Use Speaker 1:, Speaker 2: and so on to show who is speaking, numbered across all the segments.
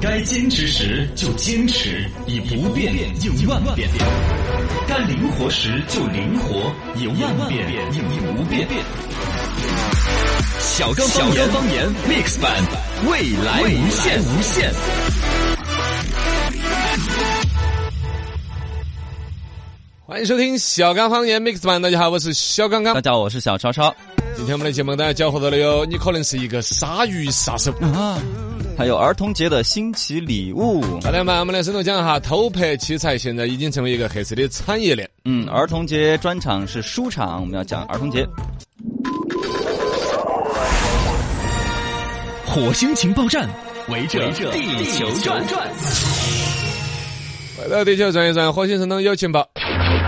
Speaker 1: 该坚持时就坚持，以不变应万变；该灵活时就灵活，以万变应不变。小刚方言方言 mix 版，未来无限无限。
Speaker 2: 欢迎收听小刚方言 mix 版，大家好，我是小刚刚
Speaker 3: 大。家好，我是小超超
Speaker 2: 今天我们的节目跟大家搅和到了哟，你可能是一个鲨鱼杀手。
Speaker 3: 啊。还有儿童节的新奇礼物，
Speaker 2: 好的嘛，我们来深度讲一下偷拍器材现在已经成为一个黑色的产业链。
Speaker 3: 嗯，儿童节专场是书场，我们要讲儿童节。
Speaker 1: 火星情报站，围着
Speaker 3: 着
Speaker 1: 地球转。
Speaker 2: 快到地球转一转，火星上头有情报。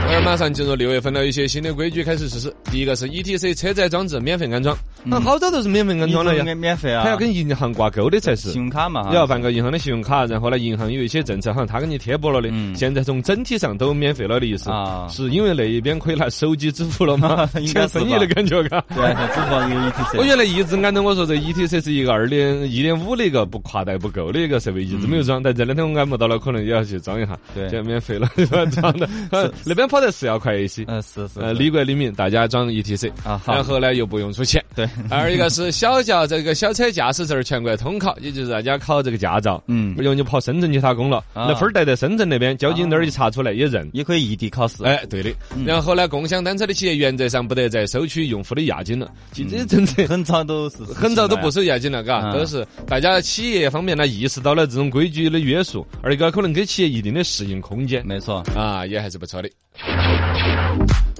Speaker 2: 我们马上进入六月份了，一些新的规矩开始实施。第一个是 ETC 车载装置免费安装，那好早都嗯是免费安装了呀，
Speaker 3: 免免费啊，
Speaker 2: 它要跟银行挂钩的才是
Speaker 3: 信。用卡嘛哈。
Speaker 2: 你要办个银行的信用卡，然后呢，银行有一些政策，好像他给你贴补了的。
Speaker 3: 嗯
Speaker 2: 现在从整体上都免费了的意思，
Speaker 3: 啊？
Speaker 2: 是因为那一边可以拿手机支付了吗
Speaker 3: 应该
Speaker 2: 抢
Speaker 3: 是吧
Speaker 2: 生意的感觉嘎。
Speaker 3: 对，像支付宝有 ETC。
Speaker 2: 我原来一直按照我说这 ETC 是一个二点一点五的一个不跨代不够的一个设备，一直没有装。但这两天我按摩到了，可能也要去装一下，
Speaker 3: 对
Speaker 2: 就免费了 装的。 那边跑得是要快一些。
Speaker 3: 嗯是是
Speaker 2: 呃，利国利民，大家装 ETC
Speaker 3: 啊好
Speaker 2: 然后呢又不用 出钱。
Speaker 3: 对，
Speaker 2: 二一个是小轿这个小车驾驶证儿全国通考，也就是大家考这个驾照。
Speaker 3: 嗯
Speaker 2: 不，用你跑深圳去打工了，
Speaker 3: 啊
Speaker 2: 那分儿带在深圳那边，交警那儿一查出来也认。
Speaker 3: 也可以异地考试。
Speaker 2: 哎，对的。然后呢，共享单车的企业原则上不得再收取用户的押金了。其实这政策
Speaker 3: 很早都是
Speaker 2: 很早都不
Speaker 3: 是
Speaker 2: 收押金了，嘎，
Speaker 3: 嗯
Speaker 2: 都是大家企业方面呢意识到了这种规矩的约束，而且可能给企业一定的适应空间
Speaker 3: 没错，
Speaker 2: 啊，也还是不错的。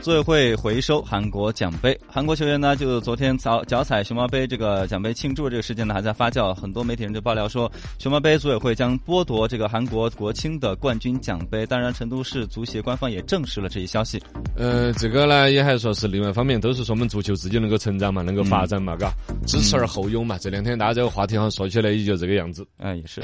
Speaker 3: 组委会回收韩国奖杯，韩国球员呢就昨天脚脚踩熊猫杯这个奖杯庆祝这个事件呢还在发酵，很多媒体人就爆料说，熊猫杯组委会将剥夺这个韩国国青的冠军奖杯。当然，成都市足协官方也证实了这一消息。
Speaker 2: 呃，这个呢也还说是另外一方面，都是说我们足球自己能够成长嘛，能够发展嘛，嘎，知耻而后勇嘛。这两天大家这个话题好像说起来也就这个样子。
Speaker 3: 哎，也是，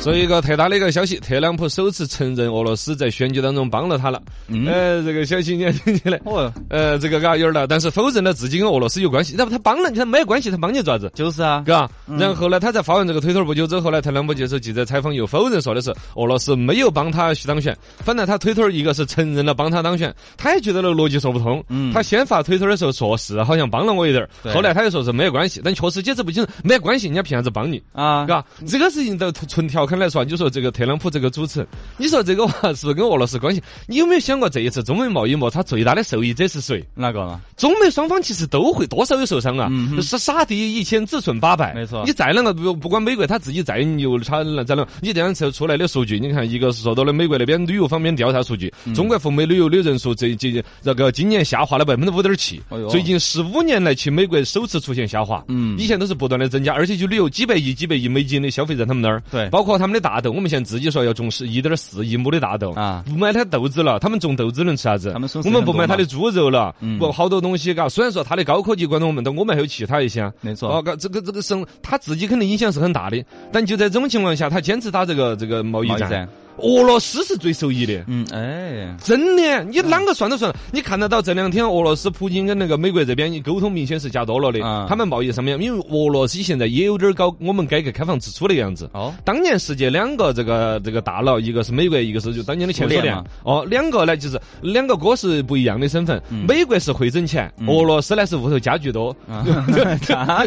Speaker 2: 所以一个特大的一个消息，特朗普首次承认俄罗斯在选举当中帮了他了。
Speaker 3: 嗯
Speaker 2: 呃，这个消息你 看听起来，
Speaker 3: 哦，
Speaker 2: 呃，这个嘎有点儿了，但是否认了自己跟俄罗斯有关系，要不他帮了你，他没有关系，他帮你做啥子？
Speaker 3: 就是啊，
Speaker 2: 嘎，然后呢，他在发完这个推特不久之后呢，特朗普接受记者采访又否认说的是俄罗斯没有帮他去当选，反正他推特一个是承认了帮他当选，他也觉得那个逻辑说不通。
Speaker 3: 嗯
Speaker 2: 他先发推特的时候说是好像帮了我一点儿，
Speaker 3: 对
Speaker 2: 后来他又说是没有关系，但确实解释不清，没有关系，人家凭啥子帮你？
Speaker 3: 啊，
Speaker 2: 嘎，这个事情都纯调侃来说，你说这个特朗普这个主持人，你说这个娃是不是跟俄罗斯关系？你有没有想过这一次中美贸易摩擦最大的受益者是谁？
Speaker 3: 那个了，
Speaker 2: 中美双方其实都会多少有受伤啊
Speaker 3: 嗯，哼
Speaker 2: 是杀敌一千，自损八百。
Speaker 3: 没错
Speaker 2: 你再啷个不不管美国他自己再牛，他再啷，你这样子出来的数据，你看一个是说到了美国那边旅游方面调查数据，
Speaker 3: 嗯
Speaker 2: 中国赴美旅游的人数这这这个今年下滑了百分之五点七
Speaker 3: 哎呦，
Speaker 2: 最近十五年来去美国首次出现下滑。
Speaker 3: 嗯
Speaker 2: 以前都是不断的增加，而且就旅游几百亿、几百亿美金的消费在他们那儿。
Speaker 3: 对
Speaker 2: 包括他们的大豆，我们现在自己说要种十一点四亿亩的大豆
Speaker 3: 啊
Speaker 2: 不买它豆子了，他们种豆子能吃啥子？
Speaker 3: 他们损失
Speaker 2: 我们
Speaker 3: 很
Speaker 2: 不
Speaker 3: 多
Speaker 2: 买它
Speaker 3: 嘛
Speaker 2: 的猪肉了，
Speaker 3: 嗯
Speaker 2: 不好多东西，嘎。虽然说它的高科技关注我们，但我们还有其他一些啊。
Speaker 3: 没错
Speaker 2: 哦，嘎，这个这个省他自己肯定影响是很大的，但就在这种情况下，他坚持打这个这个贸易
Speaker 3: 贸易
Speaker 2: 战
Speaker 3: 战，
Speaker 2: 俄罗斯是最受益的。
Speaker 3: 嗯，哎，
Speaker 2: 真的，你啷个算都算，你看得到这两天俄罗斯普京跟那个美国这边沟通明显是加多了的
Speaker 3: 啊，
Speaker 2: 他们贸易上面，因为俄罗斯现在也有点儿搞我们改革开放之初的样子。
Speaker 3: 哦，
Speaker 2: 当年世界两个这个这个大佬，一个是美国，一个是就当年的前苏
Speaker 3: 苏
Speaker 2: 联
Speaker 3: 联嘛。
Speaker 2: 哦，两个呢就是两个哥是不一样的身份，美国是会挣钱，俄罗斯呢是屋头家具多。
Speaker 3: 啊
Speaker 2: 它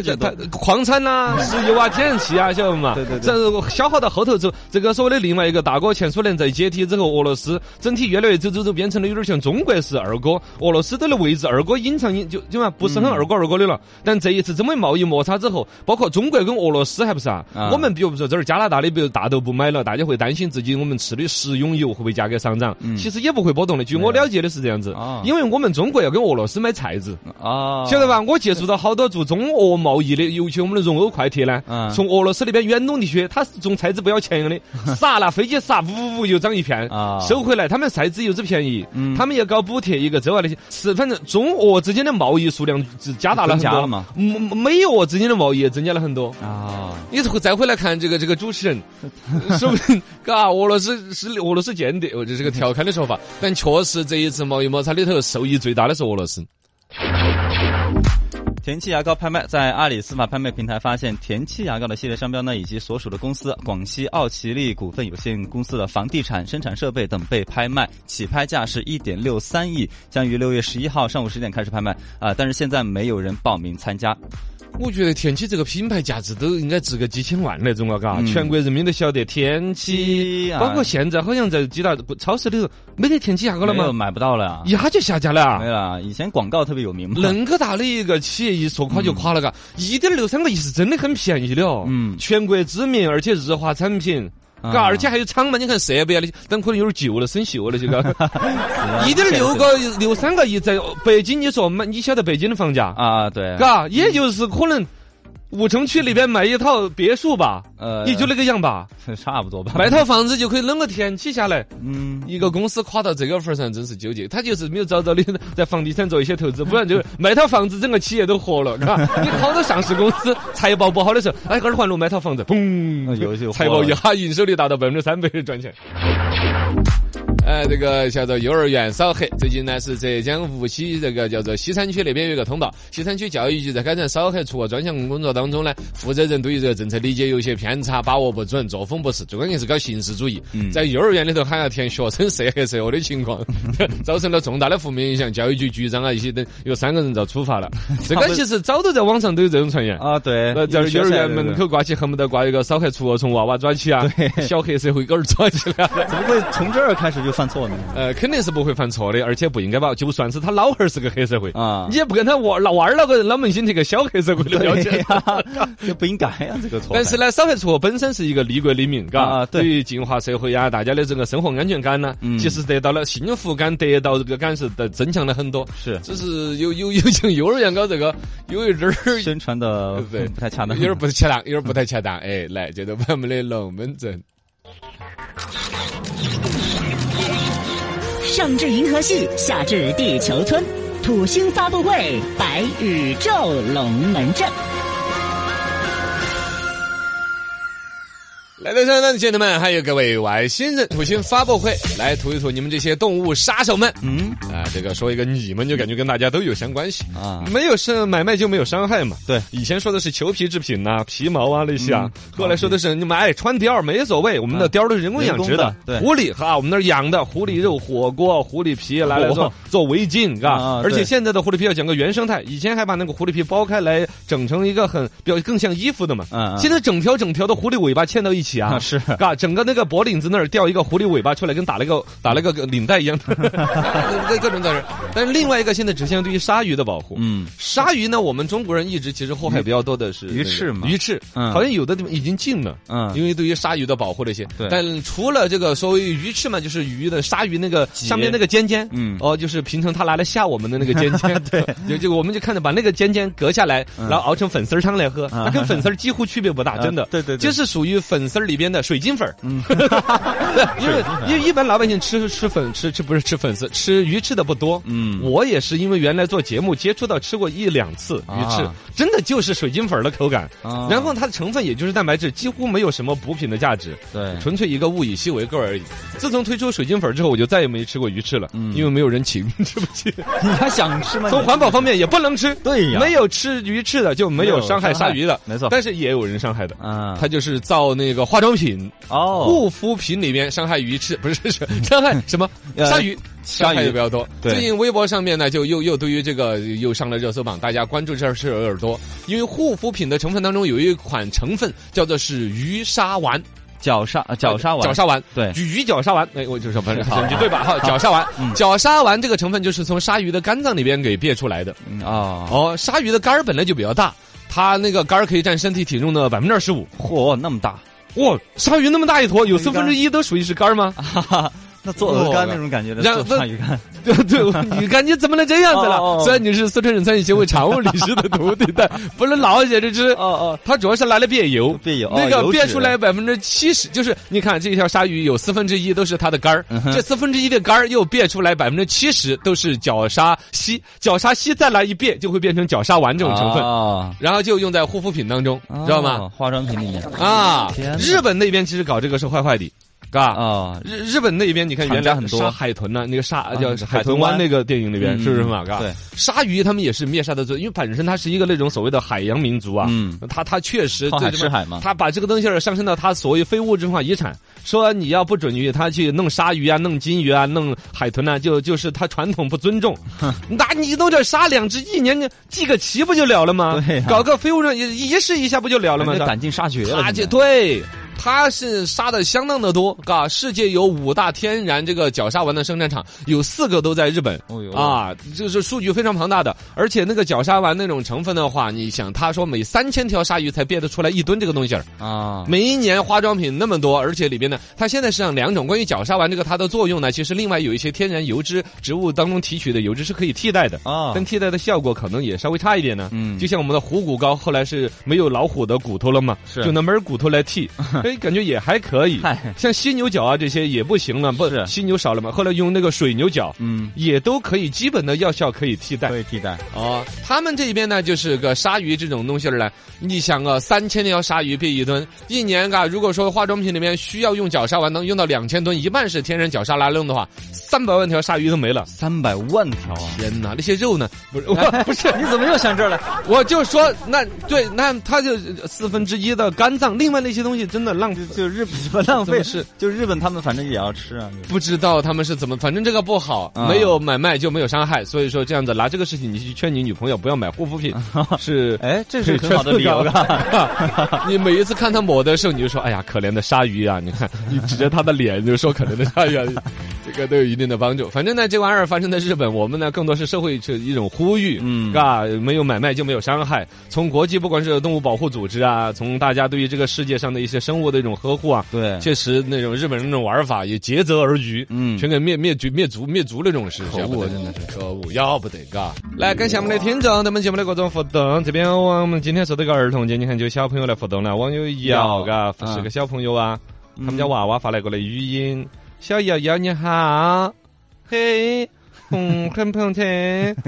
Speaker 3: 家具多
Speaker 2: 它矿产呐、石油啊、天然气啊，晓得嘛？
Speaker 3: 嗯对对对
Speaker 2: 这如果消耗到后头之后，这个所谓的另外一个大哥前苏联在解体之后，俄罗斯整体越来越走走走，变成了有点像中国式二哥，俄罗斯都能为之二哥隐藏隐就就嘛不是很
Speaker 3: 嗯
Speaker 2: 二哥二哥的了。但这一次中美贸易摩擦之后，包括中国跟俄罗斯还不是啊？
Speaker 3: 啊
Speaker 2: 我们比如说这儿加拿大的，比如大豆不买了，大家会担心自己我们吃的食用油会不会价格上涨？其实也不会波动的。据我了解的是这样子
Speaker 3: 嗯啊，
Speaker 2: 因为我们中国要跟俄罗斯买菜籽。
Speaker 3: 啊，
Speaker 2: 晓得吧？我接触到好多做中俄贸易的，尤其我们的蓉欧快铁呢，
Speaker 3: 嗯
Speaker 2: 从俄罗斯那边远东地区，他是种菜籽不要钱的，撒拿飞机撒，呜呜又长一片
Speaker 3: 嗯啊，嗯
Speaker 2: 收回来，他们菜籽油脂便宜，他们也搞补贴一个州啊那些，是反正中俄之间的贸易数量是加大了很
Speaker 3: 增加
Speaker 2: 多
Speaker 3: 了嘛
Speaker 2: 嗯美俄之间的贸易也增加了很多。
Speaker 3: 啊，
Speaker 2: 你再回来看这个这个主 持人，说不定嘎，俄罗斯是俄罗斯间谍，哦这是个调侃的说法。但确实这一次贸易摩擦里头受益最大的是俄罗斯。
Speaker 3: 田气牙膏拍卖在阿里司法拍卖平台发现田气牙膏的系列商标呢，以及所属的公司广西奥奇利股份有限公司的房地产、生产设备等被拍卖，起拍价是一点六三亿，将于六月十一号上午十点开始拍卖啊、但是现在没有人报名参加。
Speaker 2: 我觉得天气这个品牌价值都应该值个几千万那种了，嘎，
Speaker 3: 嗯
Speaker 2: 全国人民都晓得天气
Speaker 3: 天气，啊
Speaker 2: 包括现在好像在几大不超市里头没得天气牙膏了
Speaker 3: 没有
Speaker 2: 嘛，
Speaker 3: 买不到了呀
Speaker 2: 一，下就下架了啊
Speaker 3: 没。了。以前广告特别有名嘛，
Speaker 2: 恁个大的一个企业一说垮就垮了，嘎，一点六三个亿是真的很便宜的哦。
Speaker 3: 嗯
Speaker 2: 全国知名，而且日化产品。
Speaker 3: 啊
Speaker 2: 嘎，而且还有厂嘛，你看设备啊，那些，但可能有点旧了，生锈了，这个
Speaker 3: 啊
Speaker 2: 一点六个六三个亿，在北京，你说买，你晓得北京的房价，
Speaker 3: 啊，对，
Speaker 2: 嘎，也就是可能五城区里边买一套别墅吧，
Speaker 3: 呃，
Speaker 2: 也就那个样吧，
Speaker 3: 差不多吧，
Speaker 2: 买套房子就可以弄个田起下来。
Speaker 3: 嗯，
Speaker 2: 一个公司垮到这个份儿上，真是纠结。他就是没有早早的在房地产做一些投资，不然就买套房子，整个企业都活了，是吧？你好多上市公司财报不好的时候，哎，二环路买套房子，
Speaker 3: 呃
Speaker 2: 嘣，
Speaker 3: 有就
Speaker 2: 财
Speaker 3: 火
Speaker 2: 报
Speaker 3: 了
Speaker 2: 一哈， 营收率达到百分之三百赚钱。 哎，这个叫做幼儿园扫黑，最近呢是浙江无锡这个叫做西山区那边有一个通报，西山区教育局在开展扫黑除恶专项工作当中呢，负责人对于这个政策理解有些偏差，把握不准，作风不实，最关键是搞形式主义，在幼儿园里头喊要填学生涉黑涉恶的情况， 造成了重大的负面影响。教育局局长啊一些等有三个人遭处罚 了，这个其实早都在网上都有这种传言。
Speaker 3: 啊，对，
Speaker 2: 那在
Speaker 3: 一个
Speaker 2: 幼儿
Speaker 3: 学校
Speaker 2: 园
Speaker 3: 对
Speaker 2: 门
Speaker 3: 对
Speaker 2: 口挂起，恨不得挂一个扫黑除恶，从娃娃抓起啊，小黑社会狗儿抓起来啊。
Speaker 3: 怎么会从这儿开始就犯错呢？
Speaker 2: 呃，肯定是不会犯错的，而且不应该吧？就算是他老汉儿是个黑社会
Speaker 3: 啊
Speaker 2: 你也不跟他玩老玩儿那个人老门心贴个小 黑社会的标签。
Speaker 3: 呀，这不应该呀，这个 错。
Speaker 2: 但是呢，扫黑除恶本身是一个利国利民，嘎、
Speaker 3: 啊对
Speaker 2: 于净化社会呀、大家的这个生活安全感呢、
Speaker 3: 嗯
Speaker 2: 其实得到了幸福感，得到这个感是的增强了很多。
Speaker 3: 是
Speaker 2: 只是有有有像幼儿园搞这个，有一点儿
Speaker 3: 宣传的
Speaker 2: 对
Speaker 3: 不太恰当，
Speaker 2: 有点儿不恰当，有点儿不太恰当。哎，来，接着把我们的龙门阵。
Speaker 4: 上至银河系，下至地球村，土星发布会，白宇宙龙门阵。
Speaker 2: 来到上当的朋友们，还有各位外星人土星发布会，来吐一吐你们这些动物杀手们。
Speaker 3: 嗯
Speaker 2: 啊，这个说一个你们就感觉跟大家都有相关系。
Speaker 3: 啊，
Speaker 2: 没有是买卖就没有伤害嘛？
Speaker 3: 对
Speaker 2: 以前说的是裘皮制品呐、皮毛啊那些啊，
Speaker 3: 嗯
Speaker 2: 后来说的是你买穿貂儿没所谓，我们的
Speaker 3: 啊
Speaker 2: 貂儿都是人工养殖
Speaker 3: 人工的对
Speaker 2: 狐狸哈，我们那儿养的狐狸肉火锅、狐狸皮拿来做
Speaker 3: 火
Speaker 2: 做围巾，啊
Speaker 3: 啊，
Speaker 2: 而且
Speaker 3: 对
Speaker 2: 现在的狐狸皮要讲个原生态，以前还把那个狐狸皮剥开来整成一个很比较更像衣服的嘛，
Speaker 3: 嗯嗯
Speaker 2: 现在整条整条的狐狸尾巴嵌到一起啊，
Speaker 3: 啊 是
Speaker 2: 嘎，整个那个脖领子那儿掉一个狐狸尾巴出来，跟打了个打了个领带一样 的， 各各种造型。但是另外一个现在指向对于鲨鱼的保护，
Speaker 3: 嗯，
Speaker 2: 鲨鱼呢，我们中国人一直其实祸害比较多的是
Speaker 3: 鱼
Speaker 2: 那个
Speaker 3: 翅嘛
Speaker 2: 鱼翅，
Speaker 3: 嗯
Speaker 2: 好像有的地方已经禁了，
Speaker 3: 嗯
Speaker 2: 因为对于鲨鱼的保护这些。
Speaker 3: 对
Speaker 2: 但除了这个所谓鱼翅嘛，就是鱼的鲨鱼那个
Speaker 3: 节
Speaker 2: 上面那个尖尖，
Speaker 3: 嗯
Speaker 2: 哦，就是平常它拿来吓我们的那个尖 尖，对，就就我们就看着把那个尖尖割下来，
Speaker 3: 嗯
Speaker 2: 然后熬成粉丝儿汤来喝，它跟粉丝儿几乎区别不大，
Speaker 3: 啊
Speaker 2: 真的，
Speaker 3: 嗯对对对
Speaker 2: 就是属于粉丝儿里边的水晶粉儿，
Speaker 3: 嗯
Speaker 2: 对 因为因为一般老百姓吃吃粉吃吃不是吃粉丝吃鱼翅的不多，
Speaker 3: 嗯
Speaker 2: 我也是因为原来做节目接触到吃过一两次鱼翅，
Speaker 3: 啊
Speaker 2: 真的就是水晶粉儿的口感，
Speaker 3: 啊
Speaker 2: 然后它的成分也就是蛋白质，几乎没有什么补品的价值，
Speaker 3: 对
Speaker 2: 纯粹一个物以稀为贵而已。自从推出水晶粉儿之后，我就再也没吃过鱼翅了，
Speaker 3: 嗯
Speaker 2: 因为没有人请， 吃不 起。
Speaker 3: 你还想吃吗？
Speaker 2: 从环保方面也不能吃，
Speaker 3: 对呀
Speaker 2: 没有吃鱼翅的就没有伤害鲨鱼的，
Speaker 3: 没有伤害没错
Speaker 2: 但是也有人伤害的，
Speaker 3: 啊
Speaker 2: 他就是造那个化妆品。
Speaker 3: 哦，
Speaker 2: 护肤品里面伤害鱼翅不是是伤害什么
Speaker 3: 呃
Speaker 2: 鲨
Speaker 3: 鲨
Speaker 2: 鱼。
Speaker 3: 鱼
Speaker 2: 伤害也比较多。
Speaker 3: 对
Speaker 2: 最近微博上面呢，就又又对于这个又上了热搜榜，大家关注这事有点多。因为护肤品的成分当中有一款成分叫做是鱼鲨烷，
Speaker 3: 绞杀啊绞杀丸，
Speaker 2: 角鲨烷，
Speaker 3: 对
Speaker 2: 鱼角鲨烷，哎，我就是反正
Speaker 3: 好
Speaker 2: 你对吧？哈，角鲨烷，
Speaker 3: 嗯
Speaker 2: 角鲨烷这个成分就是从鲨鱼的肝脏里边给变出来的。
Speaker 3: 嗯啊，
Speaker 2: 哦，鲨鱼的肝儿本来就比较大，它那个肝儿可以占身体体重的百分之二十五。
Speaker 3: 嚯，那么大，
Speaker 2: 哇，鲨鱼那么大一坨，有四分之一都属于是肝 儿吗？
Speaker 3: 哈哈，那做鹅肝那种感觉的，
Speaker 2: 然后
Speaker 3: 做鲨鱼干，
Speaker 2: 对对，你看你怎么能这样子
Speaker 3: 哦哦
Speaker 2: 了？
Speaker 3: 哦
Speaker 2: 虽然你是四川省餐饮协会常务理事的徒弟，但不能老写 着吃。
Speaker 3: 哦
Speaker 2: 它主要是拿来变油，
Speaker 3: 变油哦
Speaker 2: 那个
Speaker 3: 油脂
Speaker 2: 变出来百分之七十，就是你看这条鲨鱼有四分之一都是它的肝儿
Speaker 3: 嗯，哼
Speaker 2: 这四分之一的肝儿又变出来百分之七十都是角鲨烯，角鲨烯再来一变就会变成角鲨烷这种成分，
Speaker 3: 啊，
Speaker 2: 然后就用在护肤品当中，知道吗？
Speaker 3: 哦？化妆品里面
Speaker 2: 啊
Speaker 3: 哦天，哪
Speaker 2: 日本那边其实搞这个是坏坏的。嘎。
Speaker 3: 啊，
Speaker 2: 日日本那边你看，
Speaker 3: 厂家
Speaker 2: 原来
Speaker 3: 很多啊
Speaker 2: 杀海豚啊呢，那个鲨叫
Speaker 3: 海
Speaker 2: 海
Speaker 3: 豚
Speaker 2: 豚
Speaker 3: 湾
Speaker 2: 湾那个电影里边
Speaker 3: 嗯
Speaker 2: 是不是嘛？嘎，
Speaker 3: 对，
Speaker 2: 鲨鱼他们也是灭杀的最，因为本身它是一个那种所谓的海洋民族啊，
Speaker 3: 嗯
Speaker 2: 它它确实
Speaker 3: 靠海
Speaker 2: 最
Speaker 3: 吃海嘛
Speaker 2: 他把这个东西儿上升到他所谓非物质文化遗产，说你要不准予他去弄鲨鱼啊、弄金鱼啊、弄海豚啊，就就是他传统不尊重。 那你弄点杀两只，一年祭个旗不就了了吗？
Speaker 3: 对呀
Speaker 2: 搞个非物质仪仪式一下不就了了吗
Speaker 3: 那？赶尽杀绝了现
Speaker 2: 他
Speaker 3: 在，
Speaker 2: 就对。他是杀的相当的多，嘎，世界有五大天然这个绞杀丸的生产厂，有四个都在日本，
Speaker 3: 哦呦
Speaker 2: 啊，这是数据非常庞大的。而且那个绞杀丸那种成分的话，你想，他说每三千条鲨鱼才变得出来一吨这个东西儿，
Speaker 3: 啊，
Speaker 2: 每一年化妆品那么多，而且里边呢，它现在实际上两种关于绞杀丸这个它的作用呢，其实另外有一些天然油脂，植物当中提取的油脂是可以替代的
Speaker 3: 啊
Speaker 2: 但替代的效果可能也稍微差一点呢。
Speaker 3: 嗯
Speaker 2: 就像我们的虎骨膏后来是没有老虎的骨头了嘛，
Speaker 3: 是
Speaker 2: 就拿门儿骨头 来替，哎，感觉也还可以
Speaker 3: 嗨。
Speaker 2: 像犀牛角啊这些也不行了，不
Speaker 3: 是
Speaker 2: 犀牛少了嘛，后来用那个水牛角，
Speaker 3: 嗯，
Speaker 2: 也都可以基本的药效可以替代
Speaker 3: 可。以替代，
Speaker 2: 哦，他们这边呢，就是个鲨鱼这种东西儿呢，你想啊，三千条鲨鱼变一吨，一年啊，如果说化妆品里面需要用绞杀丸能用到两千吨，一半是天然绞杀来弄的话，三百万条鲨鱼都没了。
Speaker 3: 三百万条啊！
Speaker 2: 天哪，那些肉呢？不是， 我不是，
Speaker 3: 你怎么又想这儿了？
Speaker 2: 我就说那对，那它就四分之一的肝脏，另外那些东西真的浪费。
Speaker 3: 就日本不浪
Speaker 2: 怎
Speaker 3: 费
Speaker 2: 么是，
Speaker 3: 就日本他们反正也要吃啊。
Speaker 2: 不知道他们是怎么，反正这个不好，
Speaker 3: 啊
Speaker 2: 没有买卖就没有伤害，所以说这样子拿这个事情你去劝你女朋友不要买护肤品，是
Speaker 3: 哎，这是很好的理由啊！
Speaker 2: 你每一次看他抹的时候，你就说：“哎呀，可怜的鲨鱼啊！”你看，你指着他的脸就说：“可怜的鲨鱼、啊。”这个都有一定的帮助。反正呢，这玩意儿发生在日本，我们呢更多是社会是一种呼吁，
Speaker 3: 嗯
Speaker 2: 嗯，啊，没有买卖就没有伤害。从国际不管是动物保护组织啊，从大家对于这个世界上的一些生物的一种呵护啊，
Speaker 3: 对
Speaker 2: 确实那种日本人那种玩法也竭泽而渔，
Speaker 3: 嗯
Speaker 2: 嗯，全给灭灭绝灭族灭族那种事，
Speaker 3: 可恶啊
Speaker 2: 要不得
Speaker 3: 真的是
Speaker 2: 可恶，要不得嘎。来，感谢我们的听众，咱们节目的各种互动。这边我们今天说这个儿童节，你看就小朋友来互动了，网友
Speaker 3: 瑶
Speaker 2: 瑶嘎
Speaker 3: 啊嗯
Speaker 2: 是个小朋友啊，他们家娃娃发来过来语音，小瑶瑶你好，嘿。嗯，很捧场，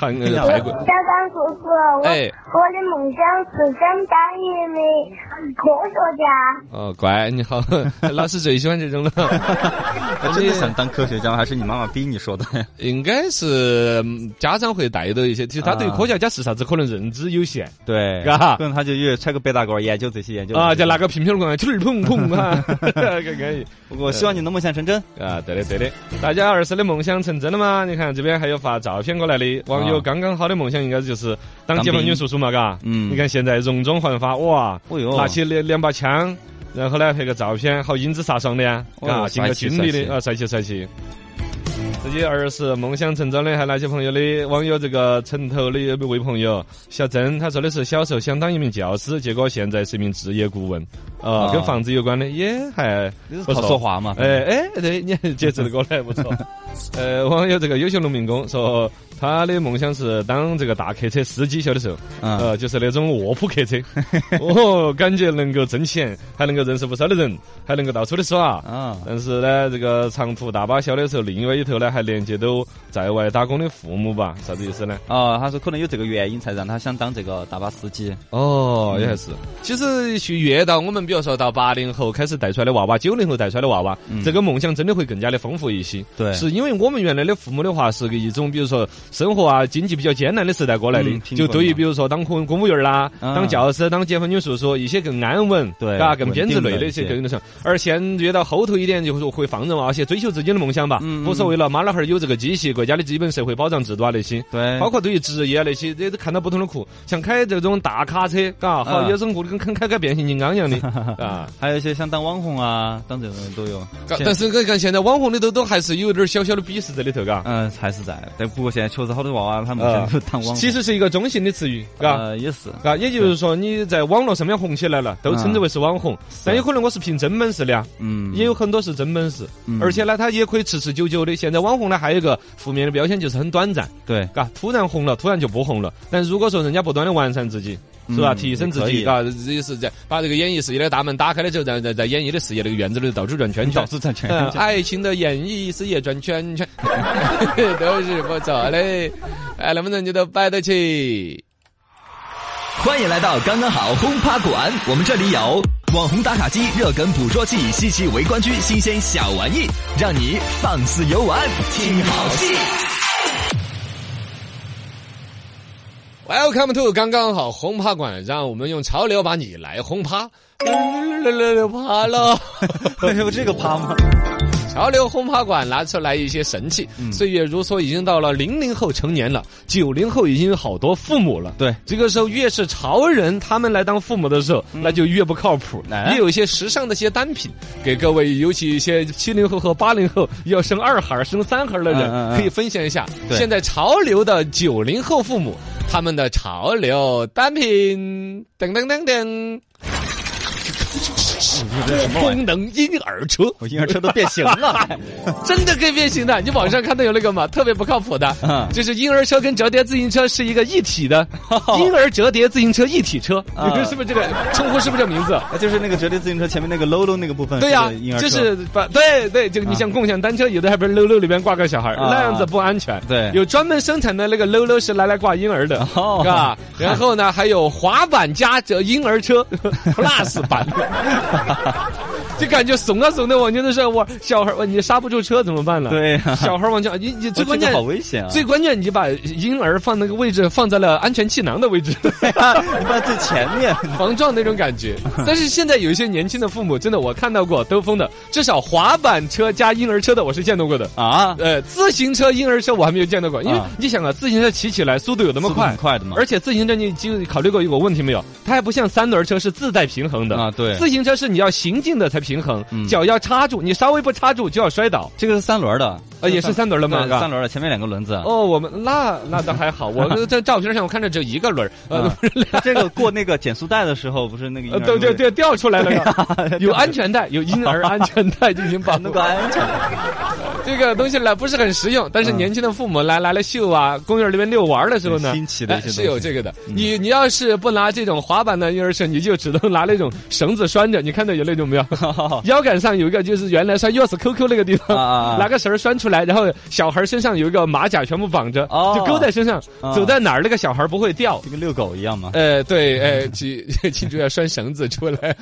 Speaker 2: 韩国
Speaker 3: 呀
Speaker 2: 泰国，
Speaker 5: 小刚叔叔，我、
Speaker 2: 哎
Speaker 5: 我的梦想是当大一名科学家。
Speaker 2: 哦，乖，你好， 老师最喜欢这种了。
Speaker 3: 哎真的想当科学家吗？还是你妈妈逼你说的？
Speaker 2: 应该是嗯家长会带到一些，其实他对于科学家是啥子可能认知有限
Speaker 3: 对啊
Speaker 2: 嘎
Speaker 3: 可能他就越揣个背大褂儿研究这些研究
Speaker 2: 啊，
Speaker 3: 这
Speaker 2: 就
Speaker 3: 些
Speaker 2: 拿个瓶瓶罐，气儿砰砰啊，可以
Speaker 3: 我希望你能梦想成真。
Speaker 2: 啊，对的对的，大家儿时的梦想成真了吗？你看这边还有发照片过来的网友，
Speaker 3: 啊
Speaker 2: 刚刚好的梦想应该就是
Speaker 3: 当
Speaker 2: 当解放
Speaker 3: 兵
Speaker 2: 军叔叔嘛，嘎，
Speaker 3: 嗯
Speaker 2: 你看现在容中焕发，哇，
Speaker 3: 哦哟
Speaker 2: 拿起两两把枪。然后呢，拍个照片，好英姿飒爽的呀，
Speaker 3: 哦
Speaker 2: 啊，
Speaker 3: 帅
Speaker 2: 进个
Speaker 3: 气
Speaker 2: 军
Speaker 3: 帅
Speaker 2: 旅
Speaker 3: 气
Speaker 2: 的啊，帅气帅气。自己儿时梦想成真的，还有哪些朋友的网友这个城头的位朋友小曾，他说的是小时候想当一名教师，结果现在是一名置业顾问，
Speaker 3: 啊
Speaker 2: 啊，跟房子有关的也还不
Speaker 3: 好
Speaker 2: 错
Speaker 3: 说。话嘛，
Speaker 2: 哎哎， 对，你解释的过来不错。 呃，网友这个优秀农民工说，他的梦想是当这个大客车司机，小的时候，
Speaker 3: 嗯
Speaker 2: 呃，就是那种卧铺客车，哦，感觉能够挣钱，还能够认识不少的人，还能够到处的耍。
Speaker 3: 啊，
Speaker 2: 但是呢，这个长途大巴小的时候，另外一头呢还连接到在外打工的父母吧，啥子意思呢？
Speaker 3: 啊，他说可能有这个原因才让他想当这个大巴司机。
Speaker 2: 哦，也还是。其实去越到我们，比如说到八零后开始带出来的娃娃，九零后带出来的娃娃，这个梦想真的会更加的丰富一些。
Speaker 3: 嗯对
Speaker 2: 是因为我们原来的父母的话，是个一种比如说生活啊、经济比较艰难的时代过来的，
Speaker 3: 嗯贫
Speaker 2: 就
Speaker 3: 困
Speaker 2: 对于
Speaker 3: 嘛
Speaker 2: 比如说当公公务员儿啦、
Speaker 3: 啊
Speaker 2: 当教师、当解放军叔叔一些更安稳，
Speaker 3: 对
Speaker 2: 嘎，更编制
Speaker 3: 稳定
Speaker 2: 类
Speaker 3: 的
Speaker 2: 的
Speaker 3: 一
Speaker 2: 一
Speaker 3: 些
Speaker 2: 些更那啥。而现越到后头一点，就是会放任娃娃些追求自己的梦想吧，
Speaker 3: 嗯
Speaker 2: 无所谓了。妈老汉儿有这个积蓄，国家的基本社会保障制度啊那些，
Speaker 3: 对
Speaker 2: 包括对于职业啊那些，这都看到不同的苦，像开这种大卡车，嘎，好
Speaker 3: 嗯
Speaker 2: 有种过跟跟开个变形金刚一样 的啊。
Speaker 3: 还有一些像当网红啊，当这种人都有。现
Speaker 2: 但是你看现在网红里头都还是有点小小的鄙视在里头，嘎。啊
Speaker 3: 嗯，还是在，但不过现在确实好多娃娃他
Speaker 2: 嗯
Speaker 3: 们现在都当网红。
Speaker 2: 其实是一个中性的词语，嘎。
Speaker 3: 呃也是，
Speaker 2: 嘎，也就是说你在网络上面红起来了，都称之为啊是网红，但有可能我是凭真本事的啊，
Speaker 3: 嗯，
Speaker 2: 也有很多是真本事
Speaker 3: 嗯，
Speaker 2: 而且呢，它也可以持持久久的。现在网红呢，还有一个负面的标签就是很短暂，
Speaker 3: 对，
Speaker 2: 嘎，突然红了，突然就不红了。但如果说人家不断的完善自己，是吧？
Speaker 3: 嗯
Speaker 2: 提升自
Speaker 3: 也可以
Speaker 2: 己，嘎，这也是在把这个演艺事业的大门打开了之后，在在在演艺的事业那个院子里头到处转圈
Speaker 3: 到
Speaker 2: 圈。
Speaker 3: 处占全
Speaker 2: 嗯，爱情的演艺事业转 圈圈，都是不错的。哎，能不能你都摆得起？
Speaker 6: 欢迎来到刚刚好轰趴馆，我们这里有
Speaker 1: 网红打卡机、热梗捕捉器、稀奇围观区、新鲜小玩意，让你放肆游玩，听好戏。
Speaker 2: Welcome to 刚刚好轰趴馆，让我们用潮流把你来轰 趴，嗯来来来趴了。
Speaker 3: 有 这个趴吗？
Speaker 2: 潮流轰趴馆拿出来一些神器。
Speaker 3: 嗯
Speaker 2: 岁月如梭，已经到了零零后成年了，九零后已经有好多父母了。
Speaker 3: 对
Speaker 2: 这个时候越是潮人，他们来当父母的时候，那就越不靠谱。
Speaker 3: 嗯哎
Speaker 2: 也有一些时尚的一些单品，给各位，尤其一些七零后和八零后要生二孩儿、生三孩儿的
Speaker 3: 嗯嗯嗯
Speaker 2: 人，可以分享一下
Speaker 3: 对
Speaker 2: 现在潮流的九零后父母他们的潮流单品。噔噔噔噔，
Speaker 3: 这什么玩意儿？
Speaker 2: 功能婴儿车。
Speaker 3: 我婴儿车都变形了，
Speaker 2: 真的可以变形的。你网上看到有那个嘛，特别不靠谱的，
Speaker 3: 哦 嗯
Speaker 2: 就是婴儿车跟折叠自行车是一个一体 的，婴儿折叠自行车一体车，
Speaker 3: 啊
Speaker 2: 你说是不是这个称呼？是不是这名 字？
Speaker 3: 还就是那个折叠自行车前面那个 logo 那个部分，
Speaker 2: 对呀、
Speaker 3: 婴儿车
Speaker 2: 就是把对对，就你像共享单车，有的还不是 LOLO 里边挂个小孩儿，
Speaker 3: 啊
Speaker 2: 那样子不安全。
Speaker 3: 对
Speaker 2: 有专门生产的那个 LOLO 是拿来挂婴儿的，
Speaker 3: 哦
Speaker 2: 是吧？然后呢，还有滑板加这婴儿车 Plus 版， 就感觉怂啊怂的往前的是我小孩儿，你刹不住车怎么办呢？
Speaker 3: 对 呀
Speaker 2: 小孩儿往前，你你
Speaker 3: 这
Speaker 2: 最关键
Speaker 3: 个好危险啊！
Speaker 2: 最关键，你把婴儿放那个位置放在了安全气囊的位置。
Speaker 3: 你放在最前面，
Speaker 2: 防撞那种感觉。但是现在有一些年轻的父母，真的我看到过兜风的，至少滑板车加婴儿车的我是见到过的。
Speaker 3: 啊，
Speaker 2: 呃，自行车、婴儿车我还没有见到过，因为
Speaker 3: 啊
Speaker 2: 你想啊，自行车骑起来速度有那么
Speaker 3: 速度
Speaker 2: 快，
Speaker 3: 很快的嘛
Speaker 2: 而且自行车你就考虑过一个问题没有？它还不像三轮车是自带平衡的
Speaker 3: 啊对
Speaker 2: 自行车是你要行进的才平衡，
Speaker 3: 嗯
Speaker 2: 脚要插住，你稍微不插住就要摔倒。
Speaker 3: 这个是三轮的，
Speaker 2: 呃，也是三轮的嘛，
Speaker 3: 对
Speaker 2: 是吧
Speaker 3: 三轮的，前面两个轮子。
Speaker 2: 哦，我们那那倒 还好，我在照片上我看着只有一个轮儿，呃
Speaker 3: 啊， 这个过那个减速带的时候，不是啊那个婴
Speaker 2: 呃，
Speaker 3: 儿
Speaker 2: 对对对，掉出来了
Speaker 3: 对
Speaker 2: 呀，
Speaker 3: 啊
Speaker 2: 有安全带，有婴儿安全带进行保护
Speaker 3: 那。个安全
Speaker 2: 这个东西呢不是很实用，但是年轻的父母来来了秀啊，公园里面遛玩的时候呢，
Speaker 3: 对新奇的一些
Speaker 2: 哎是
Speaker 3: 东西嗯
Speaker 2: 有这个的。你你要是不拿这种滑板的婴儿车，你就只能拿那种绳子拴着。你看到有那种 没有？腰杆上有一个就是原来拴钥匙扣扣那个地
Speaker 3: 啊啊啊
Speaker 2: 方，拿个绳儿拴出来，然后小孩身上有一个马甲全部绑着，
Speaker 3: 哦
Speaker 2: 就勾在身上
Speaker 3: 啊，
Speaker 2: 走在哪儿那个小孩不会掉。
Speaker 3: 就跟遛狗一样嘛。
Speaker 2: 呃，对，呃，记 记住要拴绳子出来，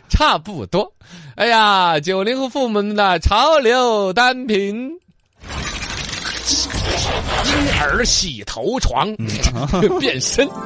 Speaker 2: 差不多。哎呀，九零后父母们的潮流单品，婴儿洗头床、
Speaker 3: 嗯
Speaker 2: 变身。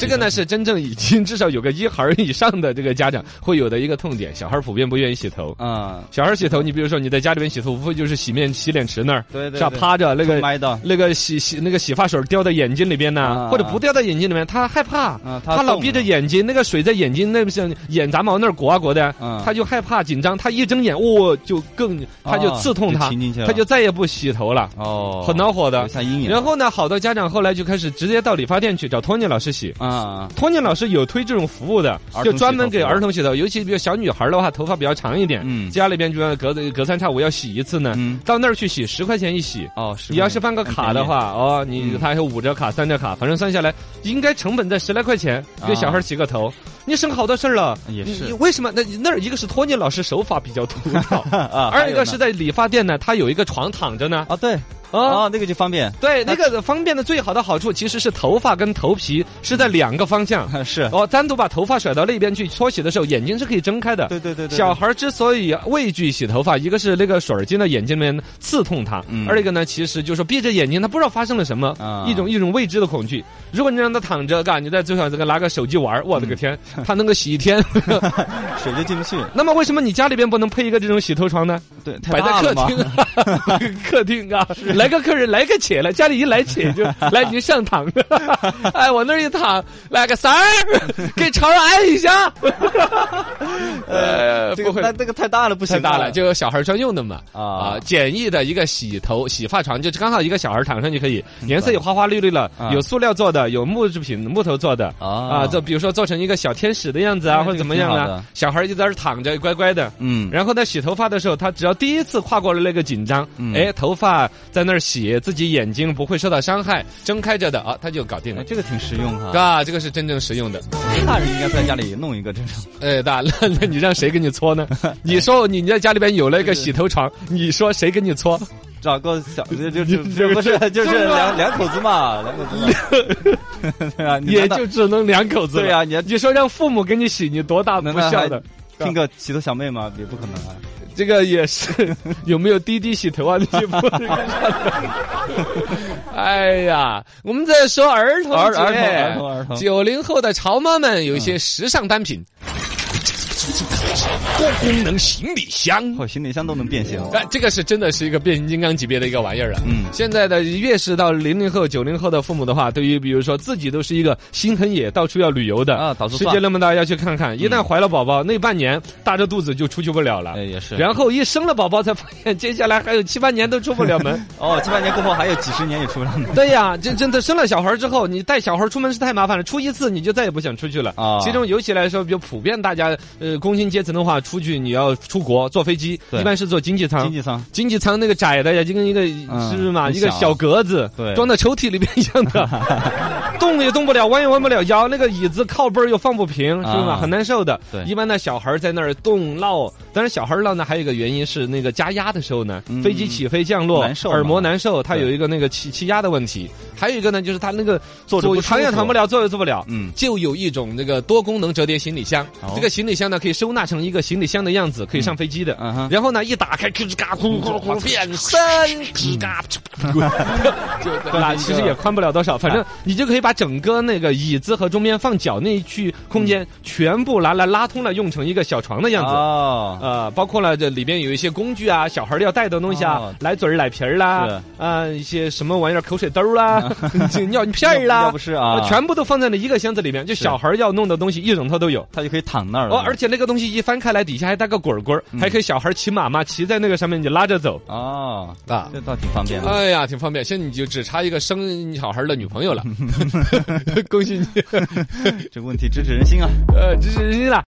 Speaker 2: 这个呢是真正已经至少有个一孩儿以上的这个家长会有的一个痛点，小孩儿普遍不愿意洗头。
Speaker 3: 啊，
Speaker 2: 小孩儿洗头，你比如说你在家里面洗头，无非就是洗面洗脸池那儿，
Speaker 3: 对对
Speaker 2: 是吧？
Speaker 3: 对
Speaker 2: 趴着那个
Speaker 3: 埋到
Speaker 2: 那个洗洗那个洗发水掉到眼睛里边
Speaker 3: 啊
Speaker 2: 呐，或者不掉到眼睛里面，他害怕
Speaker 3: 啊，他
Speaker 2: 他老
Speaker 3: 动
Speaker 2: 闭
Speaker 3: 了
Speaker 2: 着眼睛，那个水在眼睛那像眼杂毛那儿裹啊裹的
Speaker 3: 啊，
Speaker 2: 他就害怕紧张，他一睁眼，哦，就更他就
Speaker 3: 啊
Speaker 2: 刺痛
Speaker 3: 就
Speaker 2: 他
Speaker 3: 亲进去，了
Speaker 2: 他就再也不洗头了。
Speaker 3: 哦，
Speaker 2: 很恼火的
Speaker 3: 留下阴影。
Speaker 2: 然后呢，好多家长后来就开始直接到理发店去找托尼老师洗。
Speaker 3: 啊，
Speaker 2: 托尼老师有推这种服务的
Speaker 3: 儿童，
Speaker 2: 就专门给
Speaker 3: 洗头服务
Speaker 2: 儿童洗头，尤其比如小女孩的话，头发比较长一点，
Speaker 3: 嗯
Speaker 2: 家里边就要隔隔三差五要洗一次呢，
Speaker 3: 嗯
Speaker 2: 到那儿去洗十块钱一洗。
Speaker 3: 哦，是
Speaker 2: 你要是办个卡的，话，哦，你
Speaker 3: 嗯
Speaker 2: 它还有五折卡、三折卡，反正算下来应该成本在十来块钱，给小孩洗个头，你省好多事儿了。
Speaker 3: 嗯啊也
Speaker 2: 你
Speaker 3: 是，
Speaker 2: 你为什么？那那儿一个是托尼老师手法比较独到
Speaker 3: 啊，
Speaker 2: 二一个是
Speaker 3: 在
Speaker 2: 在理发店呢，他有一个床躺着呢。
Speaker 3: 啊，对
Speaker 2: 啊，
Speaker 3: 啊，那个就方 便，
Speaker 2: 对，那个方便的最好的好处其实是头发跟头皮是在两个方向。
Speaker 3: 是
Speaker 2: 哦，单独把头发甩到那边去搓洗的时候，眼睛是可以睁开的。
Speaker 3: 对对对对
Speaker 2: 小孩儿之所以畏惧洗头发，一个是那个水儿进到眼睛里面刺痛他，
Speaker 3: 嗯
Speaker 2: 二一个呢，其实就是说闭着眼睛，他不知道发生了什么，
Speaker 3: 啊
Speaker 2: 一种一种未知的恐惧。如果你让他躺着，嘎，你在最好这个拿个手机玩儿，我的个天，
Speaker 3: 嗯
Speaker 2: 他能够洗一天。
Speaker 3: 水就进不去，
Speaker 2: 那么为什么你家里边不能配一个这种洗头床呢？
Speaker 3: 对， 太
Speaker 2: 摆在
Speaker 3: 大了
Speaker 2: 客
Speaker 3: 嘛
Speaker 2: 厅，啊，客厅啊，来个客人，来个且了，家里一来且就来你 上躺，哎，往那儿一躺，来个三儿，给潮儿按 一下， 呃，
Speaker 3: 这
Speaker 2: 不
Speaker 3: 个
Speaker 2: 会
Speaker 3: 那。这个太大了，不行
Speaker 2: 太
Speaker 3: 啊，
Speaker 2: 大了，就有小孩专用的嘛
Speaker 3: 啊
Speaker 2: 啊，简易的一个洗头洗发床，就刚好一个小孩躺上就可以，颜色也花花绿绿了
Speaker 3: 啊，
Speaker 2: 有塑料做的，有木制品木头做的
Speaker 3: 啊
Speaker 2: 啊，这比如说做成一个小天使的样子
Speaker 3: 哎
Speaker 2: 啊，或
Speaker 3: 这个
Speaker 2: 者怎么样
Speaker 3: 挺好的
Speaker 2: 啊，小孩就在那儿躺着乖乖的，
Speaker 3: 嗯，
Speaker 2: 然后呢，洗头发的时候，他只要第一次跨过了那个紧张，
Speaker 3: 嗯
Speaker 2: 哎，头发在那儿洗，自己眼睛不会受到伤害，睁开着的啊，他就搞定
Speaker 3: 哎
Speaker 2: 了。
Speaker 3: 这个挺实用哈。
Speaker 2: 啊，这个是真正实用的。
Speaker 3: 大人应该在家里弄一个这种，
Speaker 2: 哎，大，那那你让谁给你搓呢？你说你你在家里边有了一个洗头床，你说谁给你搓？
Speaker 3: 找个小就就 就就不是就是两两口子嘛，两口子嘛， 对 啊，你
Speaker 2: 也
Speaker 3: 难道
Speaker 2: 就只能两口子了。
Speaker 3: 对呀你
Speaker 2: 你说让父母给你洗，你多大不
Speaker 3: 难道
Speaker 2: 孝
Speaker 3: 还
Speaker 2: 的？
Speaker 3: 听个骑头小妹吗？也不可能啊。
Speaker 2: 这个也是有没有滴滴洗头啊？这些不是哎呀，我们在说儿童节，
Speaker 3: 儿儿童儿童儿童
Speaker 2: 九零后的潮妈们有一些时尚单品，多功能行李箱。
Speaker 3: 哦，行李箱都能变形。
Speaker 2: 哎，这个是真的是一个变形金刚级别的一个玩意儿啊！
Speaker 3: 嗯
Speaker 2: 现在的越是到零零后、九零后的父母的话，对于比如说自己都是一个心很野、到处要旅游的
Speaker 3: 啊到处
Speaker 2: 世界
Speaker 3: 转
Speaker 2: 那么大，要去看看。一旦怀了宝宝，那半年大着肚子就出去不了了。
Speaker 3: 哎，也是。
Speaker 2: 然后一生了宝宝，才发现接下来还有七八年都出不了门。
Speaker 3: 哦，七八年过后还有几十年也出不了门。
Speaker 2: 对呀，这真的生了小孩之后，你带小孩出门是太麻烦了，出一次你就再也不想出去了。
Speaker 3: 啊
Speaker 2: 其中尤其来说，比较普遍，大家呃工薪阶层的话，出去你要出国坐飞机，
Speaker 3: 对
Speaker 2: 一般是坐经济舱。
Speaker 3: 经济舱
Speaker 2: 经济舱那个窄的呀，就跟一个、
Speaker 3: 嗯
Speaker 2: 是不是嘛，
Speaker 3: 很
Speaker 2: 一个
Speaker 3: 小
Speaker 2: 小格子，
Speaker 3: 对
Speaker 2: 装到抽屉里边一样 的，动也动不了，弯也弯不了腰，那个椅子靠背儿又放不平，是吧？
Speaker 3: 啊
Speaker 2: 很难受的。
Speaker 3: 对
Speaker 2: 一般呢，小孩儿在那儿动闹，当然小孩儿闹呢，还有一个原因是那个加压的时候呢，
Speaker 3: 嗯
Speaker 2: 飞机起飞降落，
Speaker 3: 难受嘛
Speaker 2: 耳膜难受，它
Speaker 3: 对
Speaker 2: 有一个那个气气压的问题，还有一个呢，就是它那个
Speaker 3: 坐着不舒服
Speaker 2: 躺也躺不了，坐也坐不了，
Speaker 3: 嗯
Speaker 2: 就有一种那个多功能折叠行李箱，
Speaker 3: 哦
Speaker 2: 这个行李箱呢可以收纳成一个行李箱的样子，可以上飞机的。
Speaker 3: 嗯哼
Speaker 2: 然后呢，一打开，吱嘎呼呼呼变身，吱嘎，就那其实也宽不了多少，反正你就可以把整个那个椅子和中间放脚那一区空间全部拿来拉通了，用成一个小床的样子。
Speaker 3: 哦，
Speaker 2: 呃，包括了这里边有一些工具啊，小孩儿要带的东西啊
Speaker 3: 哦，
Speaker 2: 奶嘴儿、奶瓶儿啦，啊，一些什么玩意儿，口水兜儿啦，这尿片儿
Speaker 3: 要
Speaker 2: 啦
Speaker 3: 不，是啊，
Speaker 2: 全部都放在了一个箱子里面，就小孩儿要弄的东西一种它都有。
Speaker 3: 他就可以躺那儿了。
Speaker 2: 哦，而且那个东西一翻开来，底下还带个滚儿滚儿，还可以小孩儿骑马嘛，骑在那个上面你拉着走
Speaker 3: 哦，
Speaker 2: 啊。
Speaker 3: 这倒挺方便的。
Speaker 2: 哎呀，挺方便，现在你就只差一个生小孩儿的女朋友了，恭喜你，
Speaker 3: 这个问题直指人心啊。
Speaker 2: 呃，这是人家啦。